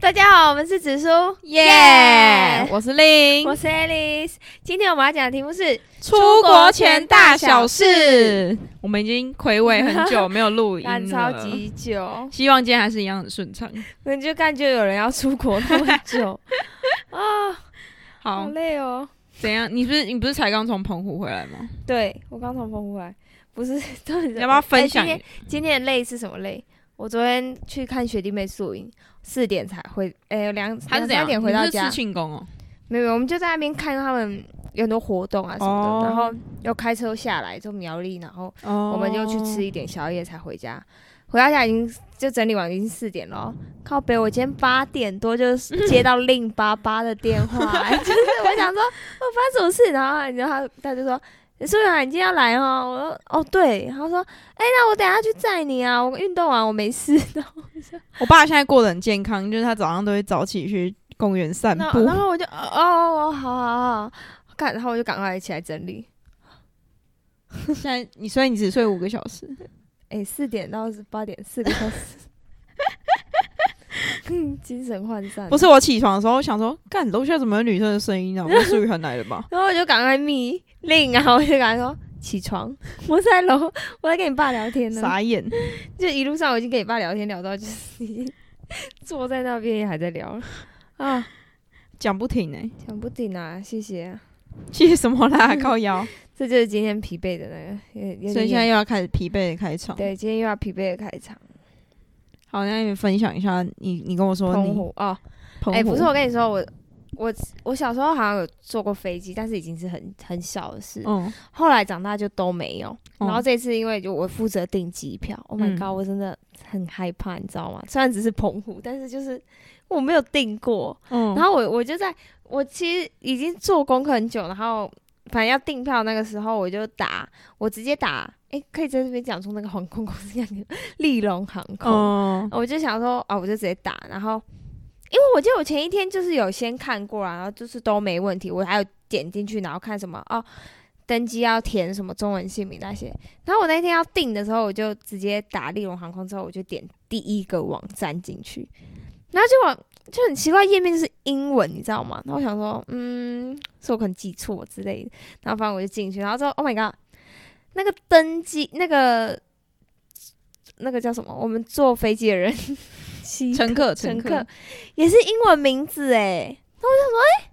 大家好，我们是紫苏，耶、我是令我，是 Alice。今天我们要讲的题目是出国国前前大大小小事事。我们已经暌违很 久没有录音干了，超级久，希望今天还是一样很顺畅。那就感觉有人要出国那么久啊， 好好，累哦。怎样？你不是你不是才刚从澎湖回来吗？对我刚从澎湖来，不是，到底是要不要分享哎今天今天的累是什么累？我昨天去看学弟妹宿营，四点才回，哎、两还是两怎样？三点回你到不是家吃。庆功哦，没有，我们就在那边看他们有很多活动啊什么的，哦然后又开车下来，就苗栗，然后哦我们就去吃。一点宵夜才回家。回到家已经就整理完，已经四点了哦。靠北，我今天八点多 就接到令爸爸的电话，哎就是我想说，我发生什么事？然后然后他他就说。苏远，你今天要来哦？我说哦，对。然后说，哎、那我等一下去载你啊。我运动完我没事。 然后我爸现在过得很健康，就是他早上都会早起去公园散然步后。然后我就哦哦，哦好好好，看，然后我就赶快起来整理。现在你所以你只睡五个小时，哎、四点到八点，四个小 时。 嗯，精神涣散。？不是我起床的时候我想说，干楼下怎么有女生的声音呢、啊？我是雨涵来了吧然后我就赶快密令啊，我就赶快说起床， 我在楼，我在跟你爸聊 天呢。傻眼。就一路上我已经跟你爸聊天聊到就是 已经坐在那边也还在聊啊，讲不停哎、欸，讲不停啊，谢谢啊、谢什么啦？靠腰，这就是今天疲惫的那个，也也所以现在又要开始疲惫的开场。对，今天又要疲惫的开场。好，那你分享一下，你你跟我说你澎湖哦，澎湖，哎、不是我跟你说，我我我小时候好像有坐过飞机，但是已经是很很小的事，嗯，后来长大就都没有。哦然后这次因为就我负责订机票，Oh my 嗯 god，、我真的很害怕，你知道吗？虽然只是澎湖，但是就是我没有订过。嗯，然后我我就在我其实已经做功课很久，然后反正要订票那个时候，我就打，我直接打，诶，可以在这边讲出那个航空公司叫什么， 丽龙航空。嗯，我就想说，啊，我就直接打，然后因为我记得我前一天就是有先看过啊，然后就是都没问题，我还有点进去，然后看什么哦，登机要填什么中文姓名那些，然后我那天要订的时候，我就直接打丽荣航空之后，我就点第一个网站进去，然后结果就很奇怪，页面就是英文，你知道吗？然后我想说，嗯，是我可能记错之类的，然后反正我就进去，然后之后，Oh my god，那个登机那个那个叫什么？我们坐飞机的人，乘 乘客乘客客，也是英文名字哎。那我就想说，哎、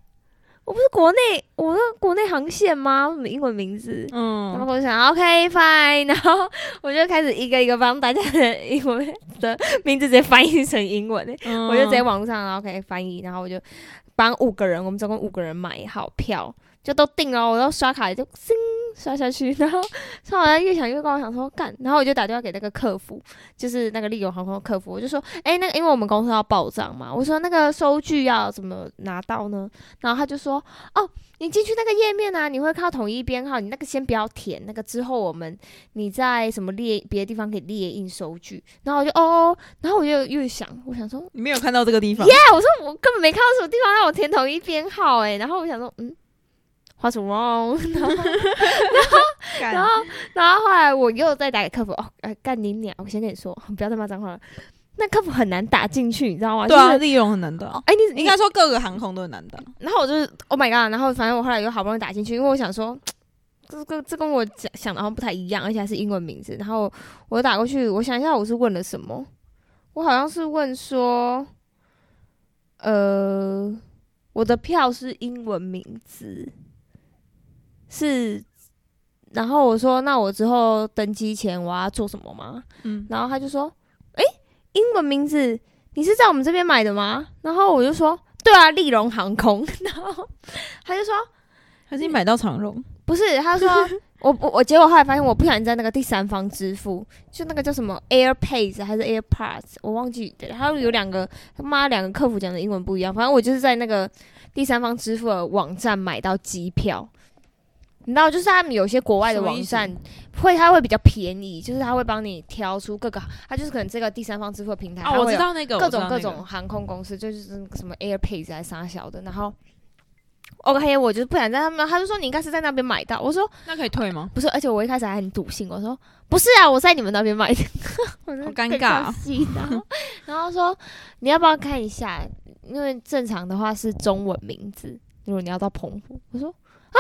我不是国内，我是国内航线吗？为什么英文名字？然嗯，后我就想，OK fine，然 后我就开始一个一个帮大家的英文的名字直接翻译成英文欸嗯我就直接网络上然后可以翻译，然后我就帮五个人，我们总共五个人买好票，就都定了，我都刷卡就叮刷下去，然后刷完越想越高，我想说干，然后我就打电话给那个客服，就是那个丽友航空的客服，我就说，哎、那个因为我们公司要报账嘛，我说那个收据要怎么拿到呢？然后他就说，哦，你进去那个页面啊，你会看到统一编号，你那个先不要填，那个之后我们你在什么列别的地方可以列印收据，然后我就哦哦，哦然后我就越想，我想说。你没有看到这个地方，哎、我说我根本没看到什么地方让我填统一编号哎、然后我想说，嗯，What's wrong？然 后干然后然后后来我又再打给客服，哦，哎、干你娘！我先跟你说，不要再骂脏话了。那客服很难打进去，你知道吗？对啊，就是利用很难的，哎、你应你该说各个航空都很难的，然后我就是 Oh my god！然后反正我后来又好不容易打进去，因为我想说，这个这跟我想想的好像不太一样，而且还是英文名字。然后我打过去，我想一下我是问了什么，我好像是问说，呃，我的票是英文名字，是。然后我说：“那我之后登机前我要做什么吗？”嗯，然后他就说：“诶，英文名字你是在我们这边买的吗？”然后我就说：“对啊，丽荣航空。” 然后他就说还是你买到长荣，：“不是，他 说我我我结果后来发现我不小心在那个第三方支付，就那个叫什么 AirPays 还是 AirPods，我忘记，对还有有两个他妈两个客服讲的英文不一样，反正我就是在那个第三方支付的网站买到机票。”你知道，就是他们有些国外的什么网意思站会，它会比较便宜，就是它会帮你挑出各个，它就是可能这个第三方支付平台，它啊，我会知有道那个各种各种，航空公司，就是什么 Airpays 还是啥小的，然后。OK，我就不想在他们，他就说你应该是在那边买到。我说那可以退吗？不是，而且我一开始还很笃信，我说不是啊，我在你们那边 买的。我真的 好尴更尬生气然后然后说你要不要看一下？因为正常的话是中文名字，如果你要到澎湖，我说啊，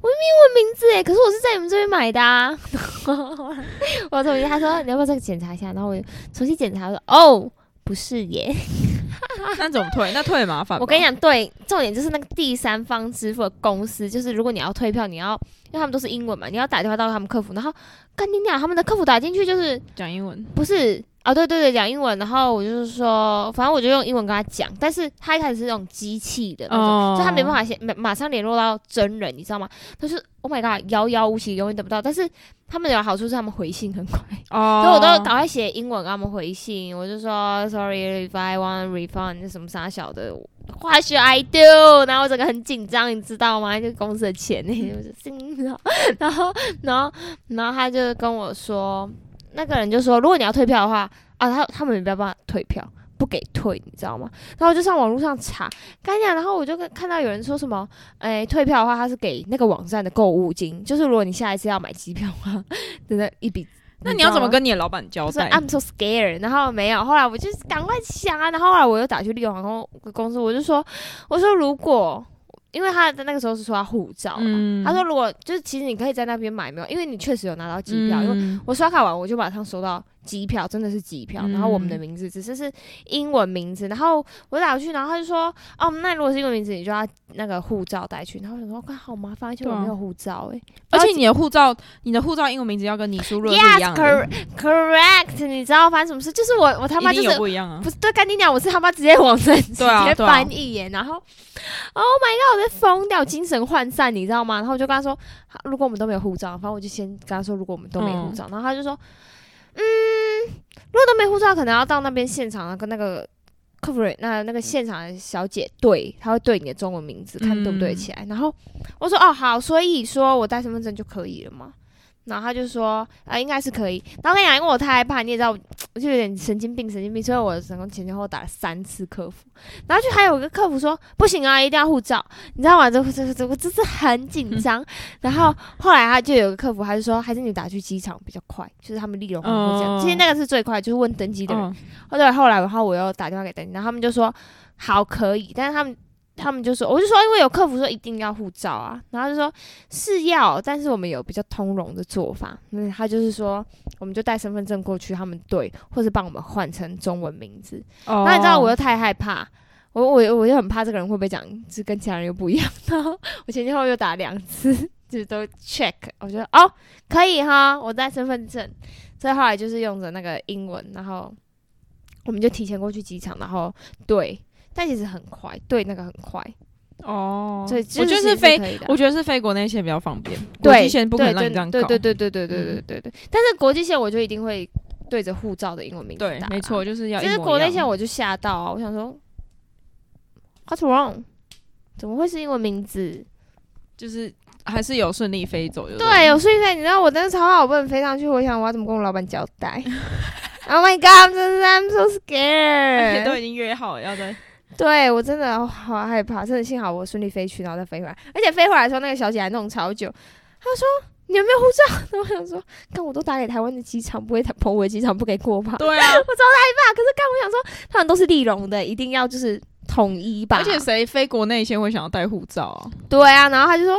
我是英文名字哎，可是我是在你们这边买的啊。 然后我同学他说你要不要再检查一下，然后我就重新检查，我说哦，不是耶。 那怎么退？那退很麻烦吧。我跟你讲，对，重点就是那个第三方支付的公司，就是如果你要退票，你要因为他们都是英文嘛，你要打电话到他们客服，然后干你俩他们的客服打进去就是讲英文，不是啊、对对对，讲英文，然后我就是说，反正我就用英文跟他讲，但是他一开始是那种机器的那种，哦就他没办法先马马上联络到真人，你知道吗？他就是 Oh my God，遥遥无期，永远等不到。但是他们有好处是他们回信很快，哦，所以我都赶快写英文跟他们回信，我就说 Sorry if I want refund 什么啥小的，What should I do？然后我整个很紧张，你知道吗？就公司的钱那些，我就心然后然后然后然后他就跟我说，那个人就说，如果你要退票的话，啊，他他们没办法退票。不给退，你知道吗？然后我就上网络上查，干讲，然后我就看到有人说什么，哎，退票的话，他是给那个网站的购物金，就是如果你下一次要买机票的话，真的一笔。那你知道要怎么吗跟你的老板交我说代？ I'm so scared，然后没有，后来我就是赶快想啊，然后后来我又打去利用航空公司，我就说，我说如果，因为他的那个时候是说他护照嘛，嗯他说如果就是其实你可以在那边买没有，因为你确实有拿到机票，因为为我刷卡完我就马上收到机票，真的是机票，嗯然后我们的名字只是是英文名字，然后我打过去，然后他就说，哦，那如果是英文名字，你就要那个护照带去，然后我想说，哇，好麻烦，而且我对啊没有护照、欸，而且你的护照，你的护照英文名字要跟你输入的是一 Yes, 样的， cor correct。你知道发生什么事？就是我，我他妈一定就是有不一样啊不。是对干你娘，我是他妈直接网站直 对啊接对啊翻译耶，然后，Oh my god，我在疯掉，精神涣散，你知道吗？然后我就跟他说，好如果我们都没有护照，反正我就先跟他说，如果我们都没护照，然后他就说，嗯，如果都没护照，可能要到那边现场跟那个。客服人那那个现场的小姐对，她会对你的中文名字看对不对起来。然后我说哦好，所以说我带身份证就可以了嘛。然后他就说啊、应该是可以。然后跟你讲，因为我太害怕，你也知道我我就有点神经病，神经病，所以我总共前前后后打了三次客服，然后就还有一个客服说不行啊，一定要护照，你知道吗？这这这我真是很紧张。然后后来他就有个客服，他就说还是你打去机场比较快，就是他们利用会这样，哦其实那个是最快，就是问登机的人。嗯后对，后来然后我又打电话给登记，然后他们就说好可以，但是他们他们就说，我就说因为有客服说一定要护照啊，然后就说是要，但是我们有比较通融的做法，那他就是说我们就带身份证过去，他们对，或是帮我们换成中文名字。哦那你知道我又太害怕。我我我就很怕这个人会不会讲，就是跟其他人又不一样。然后我前前后后又打两次，就是都 check。我觉得哦，可以哈，我带身份证。所以后来就是用着那个英文，然后我们就提前过去机场，然后对，但其实很快，对那个很快，哦，所以我觉得是非，飞我觉得是飞国内线比较方便，国对际线不可能让你这样对搞。对对对对对对对对对。但是国际线我就一定会对着护照的英文名字对打，没错，就是要一其模一实样国内线我就吓到啊，我想说，What's wrong？怎么会是英文名字？就是还是有顺利飞走就对，有睡在，你知道我真的超好，我不能飞上去，我想我要怎么跟我老板交代？Oh my god！真是 I'm so 而且 scared。都已经约好了 要在对我真的好害怕，真的幸好我顺利飞去，然后再飞回来。而且飞回来的时候，那个小姐还弄超久，她说：“你有没有护照？” 然后我想说：“看我都打给台湾的机场，不会台澎湖的机场不给过吧？”对啊，啊，可是看我想说，他们都是利荣的，一定要就是统一吧。 而且谁飞国内线会想要带护照啊？对啊，然后他就说，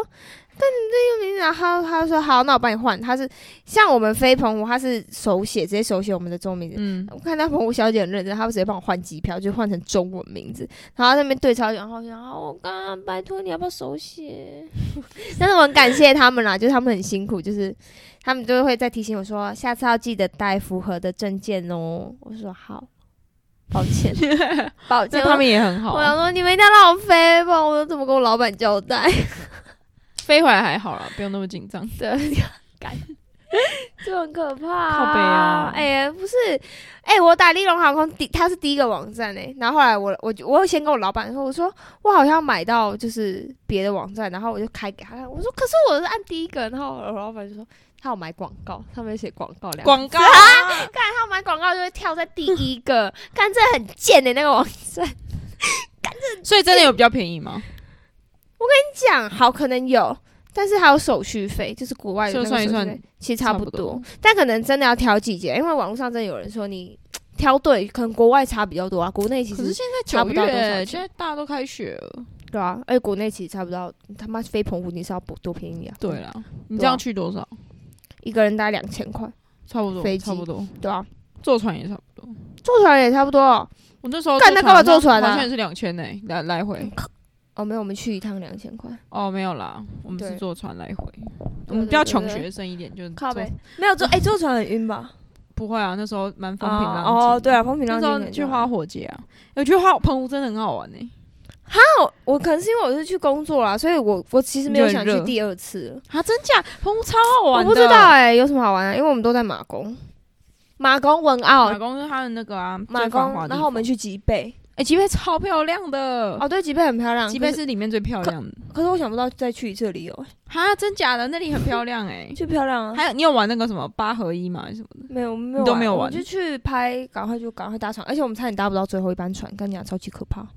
但你这个名字，然后他他就说好，那我帮你换。他是像我们飞澎湖，他是手写，直接手写我们的中文名字。嗯，我看到澎湖小姐很认真，她直接帮我换机票，就换成中文名字。然后在那边对超久，然后我想，啊，我刚刚拜托你要不要手写？ 但是我很感谢他们啦，就是他们很辛苦，就是他们就会再提醒我说，下次要记得带符合的证件哦。我说好，抱 歉，抱歉这。他们也很好我啊，想说，你们一定要让我飞吧，我怎么跟我老板交代？飞回来还好啦，不用那么 紧张。对，感就很可怕、靠北啊哎、呀，不是，哎、我打利隆航空第，它是第一个网站哎、然后后来我我就我有先跟我老板说，我说我好像买到就是别的网站，然后我就开给他看，我说可是我是按第一个，然后我老板就说他有买广告，上面写广告两个字广告啊，干他买广告就会跳在第一个，干这很贱的、欸那个网站。 所以真的有比较便宜吗？讲好可能有，但是还有手续费，就是国外的那个所以算一手续算费其实差不差不多多，但可能真的要挑季节，因为网络上真的有人说你挑对，可能国外差比较多啊，国内其可是实现在差九不到多少月，钱现在大家都开学了。对啊，而且国内其实差不到，他妈飞澎湖你是要多多便宜啊？对，了，你对这啊样去多少？一个人大概两千块，差不多，飞差机不多，对啊，坐船也差不多。坐船也差不多。我那时候干那干嘛坐船好像啊好像也是两千呢，来来回。哦，没有，我们去一趟两千块，哦，没有啦，我们是对坐船来回。我对们比较对对穷对学生一点，就是靠坐呗。没有坐，哎、坐船很晕吧？不会啊，那时候蛮风平浪静哦，哦对啊，风平那浪时静一候点就好。去花火节啊，我觉得花澎湖真的很好玩呢、哦，我可能是因为我是去工作啦，所以我我其实没有你就想很去热第二次了。啊，真假？澎湖超好我玩的。不知道，哎、有什么好玩的、因为我们都在马公，马公文马澳，公是他的那个啊，马最繁公华，的地然后我方们去吉贝。哎，吉贝超漂亮的，哦，对，吉贝很漂亮。吉可贝是，是里面最漂亮的。可是我想不到再去一次的理由、哎哈，真假的？那里很漂亮 哎、就漂亮啊！还有，你有玩那个什么八合一吗？还是什么的？没有，我们没有你都没有我玩们就去拍，赶快就赶快搭船，而且我们差点搭不到最后一班船，跟你讲超级可怕。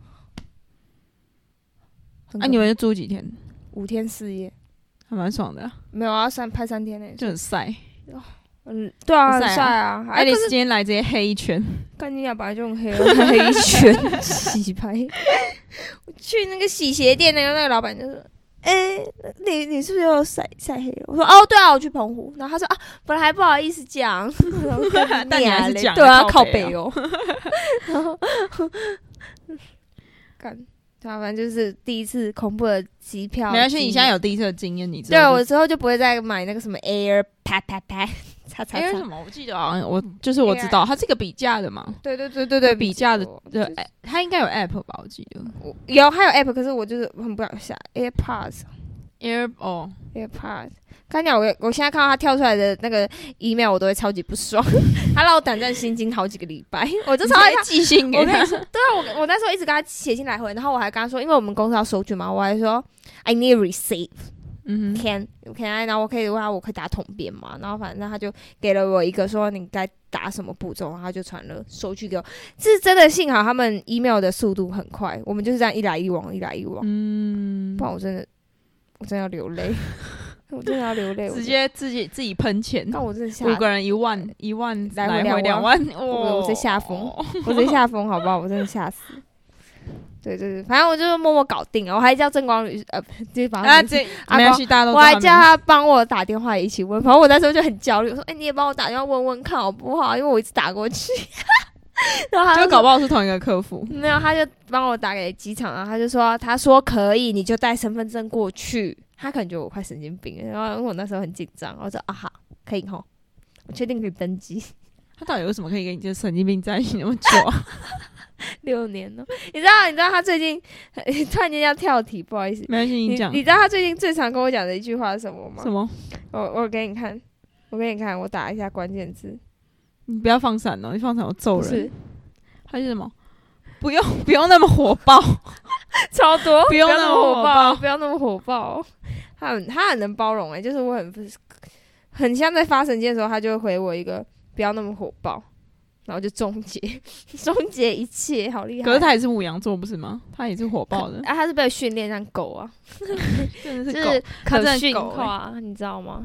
很啊，可你们就住几天？五天四夜还蛮爽的啊、没有啊？三拍三天呢、就很晒。嗯，对啊，很很晒啊晒啊！爱哎，丽可丝是今天来直接黑一 圈，干你俩本来就很黑，我还黑一圈洗牌。我去那个洗鞋店，那个那个老板就说：“哎、你你是不是又晒晒黑了？”我说：“哦，对啊，我去澎湖。”然后他说：“啊，本来还不好意思讲， 但你还娘是嘞 讲对啊，哦靠靠北北哦。然后干，对啊，反正就是第一次恐怖的机票。没关系，机你现在有第一次的经验，你知对啊道我之后就不会再买那个什么 Air 啪啪啪，叉叉哎，为什叉。么？我记得好像我就是我知道，它是一个比价的嘛，对对对对对，比价的我对就是，它应该有 app 吧？我记得我有还有 app，可是我就是很不想下 AirPods air 哦， AirPods。刚讲我我现在看到他跳出来的那个 email，我都会超级不爽， 他让我胆战心惊好几个礼拜， 我就这超害怕。寄信给我跟他你，说，对啊，我我那时候一直跟他写信来回，然后我还跟他说，因为我们公司要收据嘛，我还说 I need receipt 嗯哼， can can I，然后我可以问他我可以打统编嘛，然后反正他就给了我一个说你该打什么步骤，然后他就传了收据给我。这真的幸好他们 email 的速度很快，我们就是这样一来一往，一来一往。嗯不，然我真的，我真的要流泪， 我真的要流泪，我真直的，接自己自己喷钱，但我真的吓，五个人一万一万来来回回两两 万，我哦我在下风我直接吓疯，好不好？我真的吓死。对对对，反正我就是默默搞定了，我还叫郑光宇，呃，就是把啊，他，这阿没关光系，大家都我还叫知道他帮我打电话一起问，反正我那时候就很焦虑，我说，哎、你也帮我打电话问问看好不好？因为我一直打过去， 然后他他们，说就搞不好是同一个客服，没有，他就帮我打给机场，然后他就说，他说可以，你就带身份证过去。他可能觉得我快神经病了，然后因为我那时候很紧张，我说啊好，可以吼，我确定可以登机他到底为什么可以跟你这神经病在一起那么久 啊？六年哦。你知道，你知道他最近突然间要跳题，不好意思。没关系，你你讲你知道他最近最常跟我讲的一句话是什么吗什？么？我我给你看，我给你看，我打一下关键字，你不要放闪哦，你放闪我揍不人是。还是什么？不用 不用那么火 爆， 超多，不用要那那么火火爆不要那么火爆哦。他很他很能包容哎、就是我很不是很像在发神经的时候，他就会回我一个不要那么火爆，然后就终结 终结一切，好厉害。可是他也是母羊座不是吗？他也是火爆 的，啊，他是被训练像狗啊，真就是的是狗。他真可的驯狗欸化，你知道吗？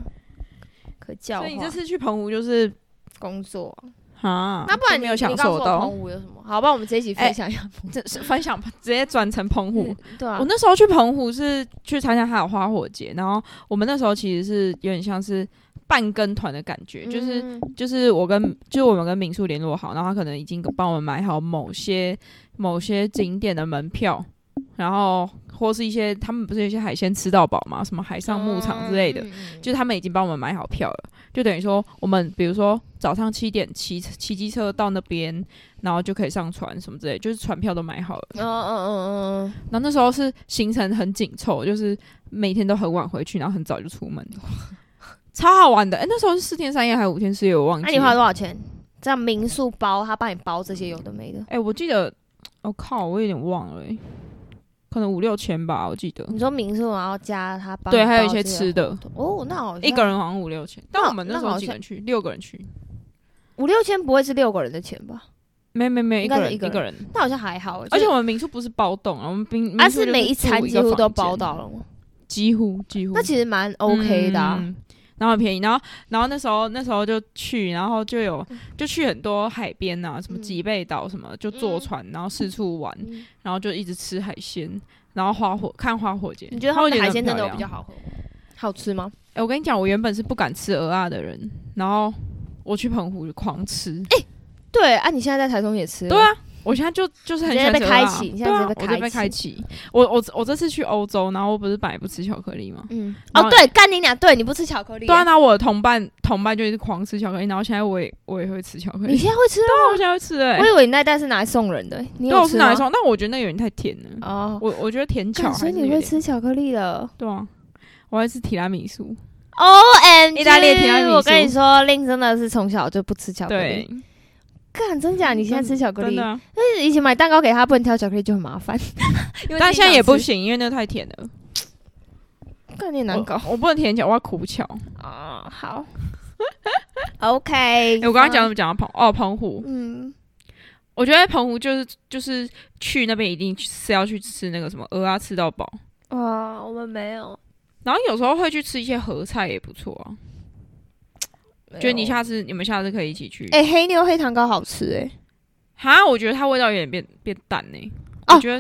可教化所以你这次去澎湖就是工作，啊，那不然都你没有享你告受诉我到澎，湖有什么？好吧，我们这一起分享一下澎湖。这是分享直接转成澎湖。对啊我，那时候去澎湖是去参加他的花火节，然后我们那时候其实是有点像是半跟团的感觉，就是嗯就是我跟就是我们跟民宿联络好，然后他可能已经帮我们买好某些某些景点的门票，然后或是一些他们不是有一些海鲜吃到饱嘛，什么海上牧场之类的，嗯嗯就是他们已经帮我们买好票了，就等于说我们比如说早上七点骑骑机车到那边，然后就可以上船什么之类，就是船票都买好了。嗯嗯嗯嗯然后那时候是行程很紧凑，就是每天都很晚回去，然后很早就出门，超好玩的。哎、那时候是四天三夜还是五天四夜，我忘嗯，记那了。你花多少钱？这样民宿包，他帮你包这些有的没的。哎、我记得，我、靠，我有点忘了、欸，可能五六千吧，我记得。你说民宿，然后加他帮你对，还有一包些这吃的，活动哦，那好像一个人好像五六千，但我们那那时候好几个像人去？六个人去，五六千不会是六个人的钱吧？没没没，一应个该人是一一个个人。那好像还好，欸而且就我们民宿不是包栋啊，我们民啊民宿是就每住一餐个几乎都房间包，到了吗？几乎几乎。那其实蛮 OK 的啊。嗯然后很便宜。然后然后那时候那时候就去，然后就有就去很多海边呐、什么嗯吉贝岛什么，就坐嗯船，然后四处玩，嗯然后就一直吃海鲜，然后花火看花火节。你觉得他们的花火节海鲜真的有比很漂亮较好喝？好吃吗？哎、我跟你讲，我原本是不敢吃鹅啊的人，然后我去澎湖就狂吃。哎、对啊，你现在在台中也吃了？对啊，我现在就就是很喜欢吃你现在被蚵仔开启你现对在啊直接被我就开被启开启。我我我这次去欧洲，然后我不是本来不吃巧克力吗？嗯，然哦后对，干你俩，对你不吃巧克力？对啊，，然后我的同伴同伴就一直狂吃巧克力，然后现在我也我也会吃巧克你力。现在会吃对了？啊，我现在会吃哎、我以为你那袋是拿来送人的，欸你对啊，有我是吃拿吗来？送，但我觉得那个有点太甜了。哦，我我觉得甜巧干还所以是你有会点吃巧克力了对啊，我还吃提拉米苏。 ？O M 意大利提拉米苏我跟你说，令真的是从小就不吃巧克对力。，干，真假？你现在吃巧克真力的，啊，但是以前买蛋糕给他，不能挑巧克力就很麻 烦。因为但自己现在想也不吃，行，因为那个太甜了，干你难搞我。我不能甜巧，我要苦巧。啊。好 ，OK。欸我刚刚讲怎么讲到澎哦澎湖，嗯，我觉得澎湖就是就是去那边一定是要去吃那个什么鹅啊吃到饱，哇，我们没有，然后有时候会去吃一些合菜也不错啊。觉得你像下次你们下次可以一起去。哎、黑牛黑糖糕好吃哎、哈，我觉得它味道有点变变淡呢、哦我觉得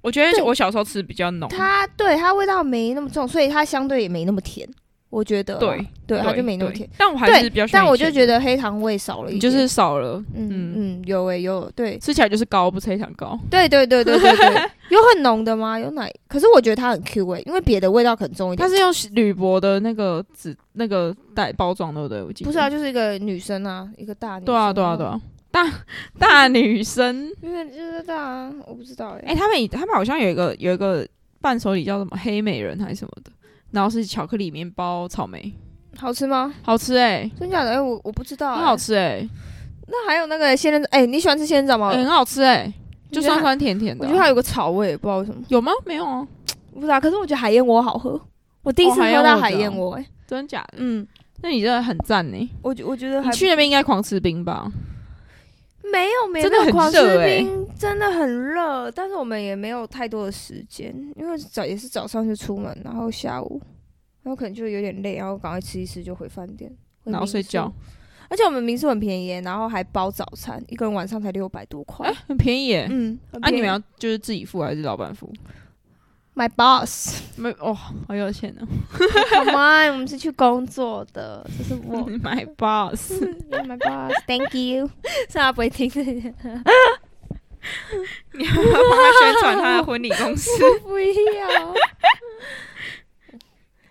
我觉得对我小时候吃比较浓，它对它味道没那么重，所以它相对也没那么甜，我觉得啦啊对对，对它就没那么甜对。但我还是对比较，喜欢以前的。但我就觉得黑糖味少了一你点，就是少了，嗯嗯有哎、有对吃起来就是糕不是黑糖糕。对对对对对 对，有很浓的吗？有奶，可是我觉得它很 Q 哎、因为别的味道可能重一它点。是用铝箔的那个纸那个袋包装的，对不对？我记得不是啊，就是一个女生啊，一个大女生。对啊，对啊，对啊，大大女生。因为就是大啊，我不知道哎、哎、他们他们好像有一个有一个伴手礼叫什么黑美人还是什么的，然后是巧克力里面包草莓，好吃吗？好吃哎、真假的？哎、我我不知道、很欸。好吃哎、那还有那个仙人掌，哎、你喜欢吃仙人掌吗？欸很好吃哎、就你觉得酸它酸甜甜我的觉得它啊。有个草味，不知道为什么。有吗？没有啊，不知道，可是我觉得海燕窝好喝，我第一次哦海喝燕窝到我海知道燕窝、哎，真假的？嗯，那你真的很赞呢、我觉我觉得你还去那边应该狂吃冰吧？没有没有真的很狂吃热哎冰，真的很热，但是我们也没有太多的时间，因为早也是早上就出门，然后下午，然后可能就有点累，然后赶快吃一吃就回饭店，回然后民宿睡觉。，而且我们民宿很便宜，然后还包早餐，一个人晚上才六百多块哎、。很便宜哎、嗯，很啊，你便宜们要就是自己付还是老板付？ my boss， 没哦，好有钱 哦、 come on，我们是去工作的，这是我 买 boss。 Yeah, my boss，thank you，虽然啊他不会听这些。你要不要帮 他宣传他的婚礼公 司？ 不要。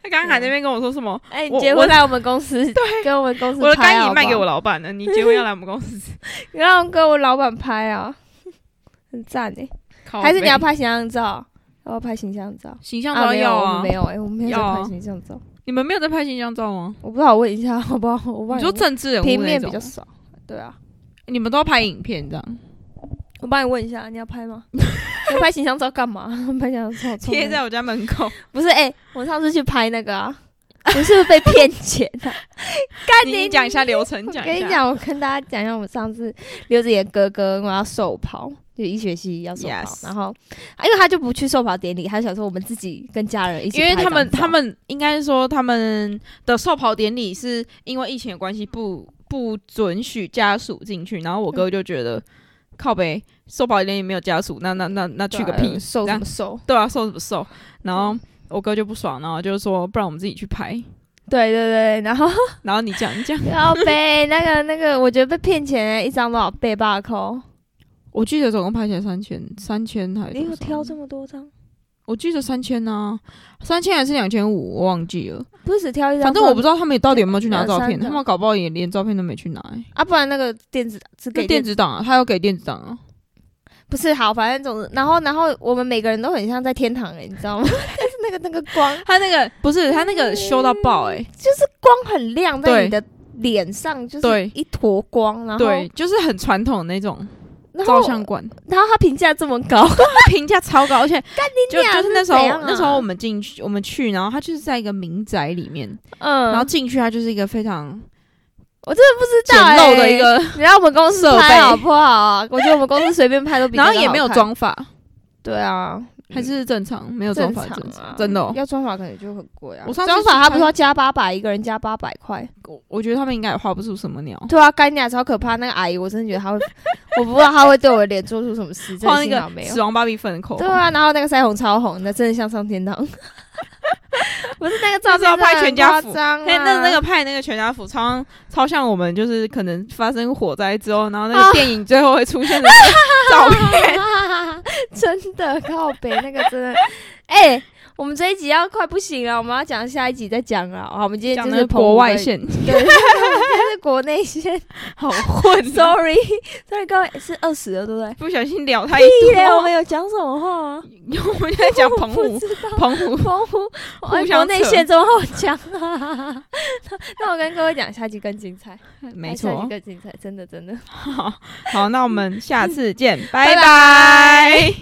他刚刚还在那边跟我说什么？哎、你我结我婚来我们公 司，对，跟我们公司我的拍好干你不好卖给我，老板了，你结婚要来我们公司吃，你让我跟我老板拍啊， 很赞哎、靠还是你要背拍形象照？要不要拍形象照？形象照没要有，我们啊没？有哎、我们没有在要啊拍形象照。你们没有在拍形象照吗？我不知道，我问一下 好不好？我帮你说政治人物平那面比较种，少，对啊，你们都要拍影片这样，我帮你问一下，你要拍 吗？你要拍形象照干嘛？ 拍形象照冲贴哪在我家门口。不是哎、我上次去拍那个啊， 我是不是被骗钱啊？干你你讲一下流程，我讲跟一你下。讲，我跟大家讲一下，我们上次刘子妍哥哥我要寿袍，就一学期要寿袍 Yes 然后啊因为他就不去寿袍典礼，他想说我们自己跟家人一起因拍为一张照，他们他们应该是说他们的寿袍典礼是因为疫情的关系不不准许家属进去，然后我哥就觉得、靠北寿袍典礼没有家属，那那那那去个对屁啊，寿这什样么寿？对啊，瘦什么瘦？然后我哥就不爽，然后就说不然我们自己去拍。对对对，然后，然后你讲你讲然后 被那个那个，我觉得被骗钱一张多少被罢扣？我记得总共拍起来三千，三千还你有多挑少？这么多张？我记得三千呢、啊，三千还是两千五，我忘记了。不是只挑一张，反正我不知道道他们到底有没有去拿照两三片，张他们搞不好也连照片都没去拿、欸。啊，不然那个电子只那给电子档啊，他要给电子档啊。不是好，反正总之，然后然后我们每个人都很像在天堂哎、你知道吗？ 但是那个那个哦光。他那个不是他那个修到爆哎、就是光很亮在对你的脸上，就是对一坨光，然后对，就是很传统的那种然后照相馆，然后他评价这么高， 他评价超高，而且就娘就是那时是候怎样啊那时候我们进去我们去，然后他就是在一个民宅里面，嗯，然后进去它就是一个非常我真的不知简道、欸、陋的一，个，你让我们公司设备 拍好不好啊、我觉得我们公司随便拍都比，然后也没有，装法，对啊，还是正常，没有装法正正常啊常，真的哦。要装法可能就很贵啊。我上次装去法他看不是要加八百，一个人加八百块。我我觉得他们应该也画不出什么鸟，对啊，干你啊，超可怕！那个阿姨，我真的觉得她会，我不知道她会对我的脸做出什么事， 真画的那幸好个没有死。亡芭比粉的口对红，啊，然后那个腮红超红的，真的像上天堂。 不是那个照那片是要拍全家福真的很夸张啊那那那个派那个全家福超超像我们就是可能发生火灾之后，然后那啊个电影最后会出现的 照片。真的靠北，那个真的，哎、我们这一集要快不行了，我们要讲下一集再讲了。好，我们今天讲就的是是国外，线，对， 我们今天是国内 线。好混哦，哎 Sorry，sorry，各位是二十了，对不对？不小心聊太屁嘞，我多。们有讲什么话吗？我们在啊讲澎不湖，知道。澎湖澎湖，哎相国内扯线这么好讲啊？ 那我跟各位讲，下集更精彩，没哎下集错。更精彩，真的真的。 好，好，那我们下次见，拜拜拜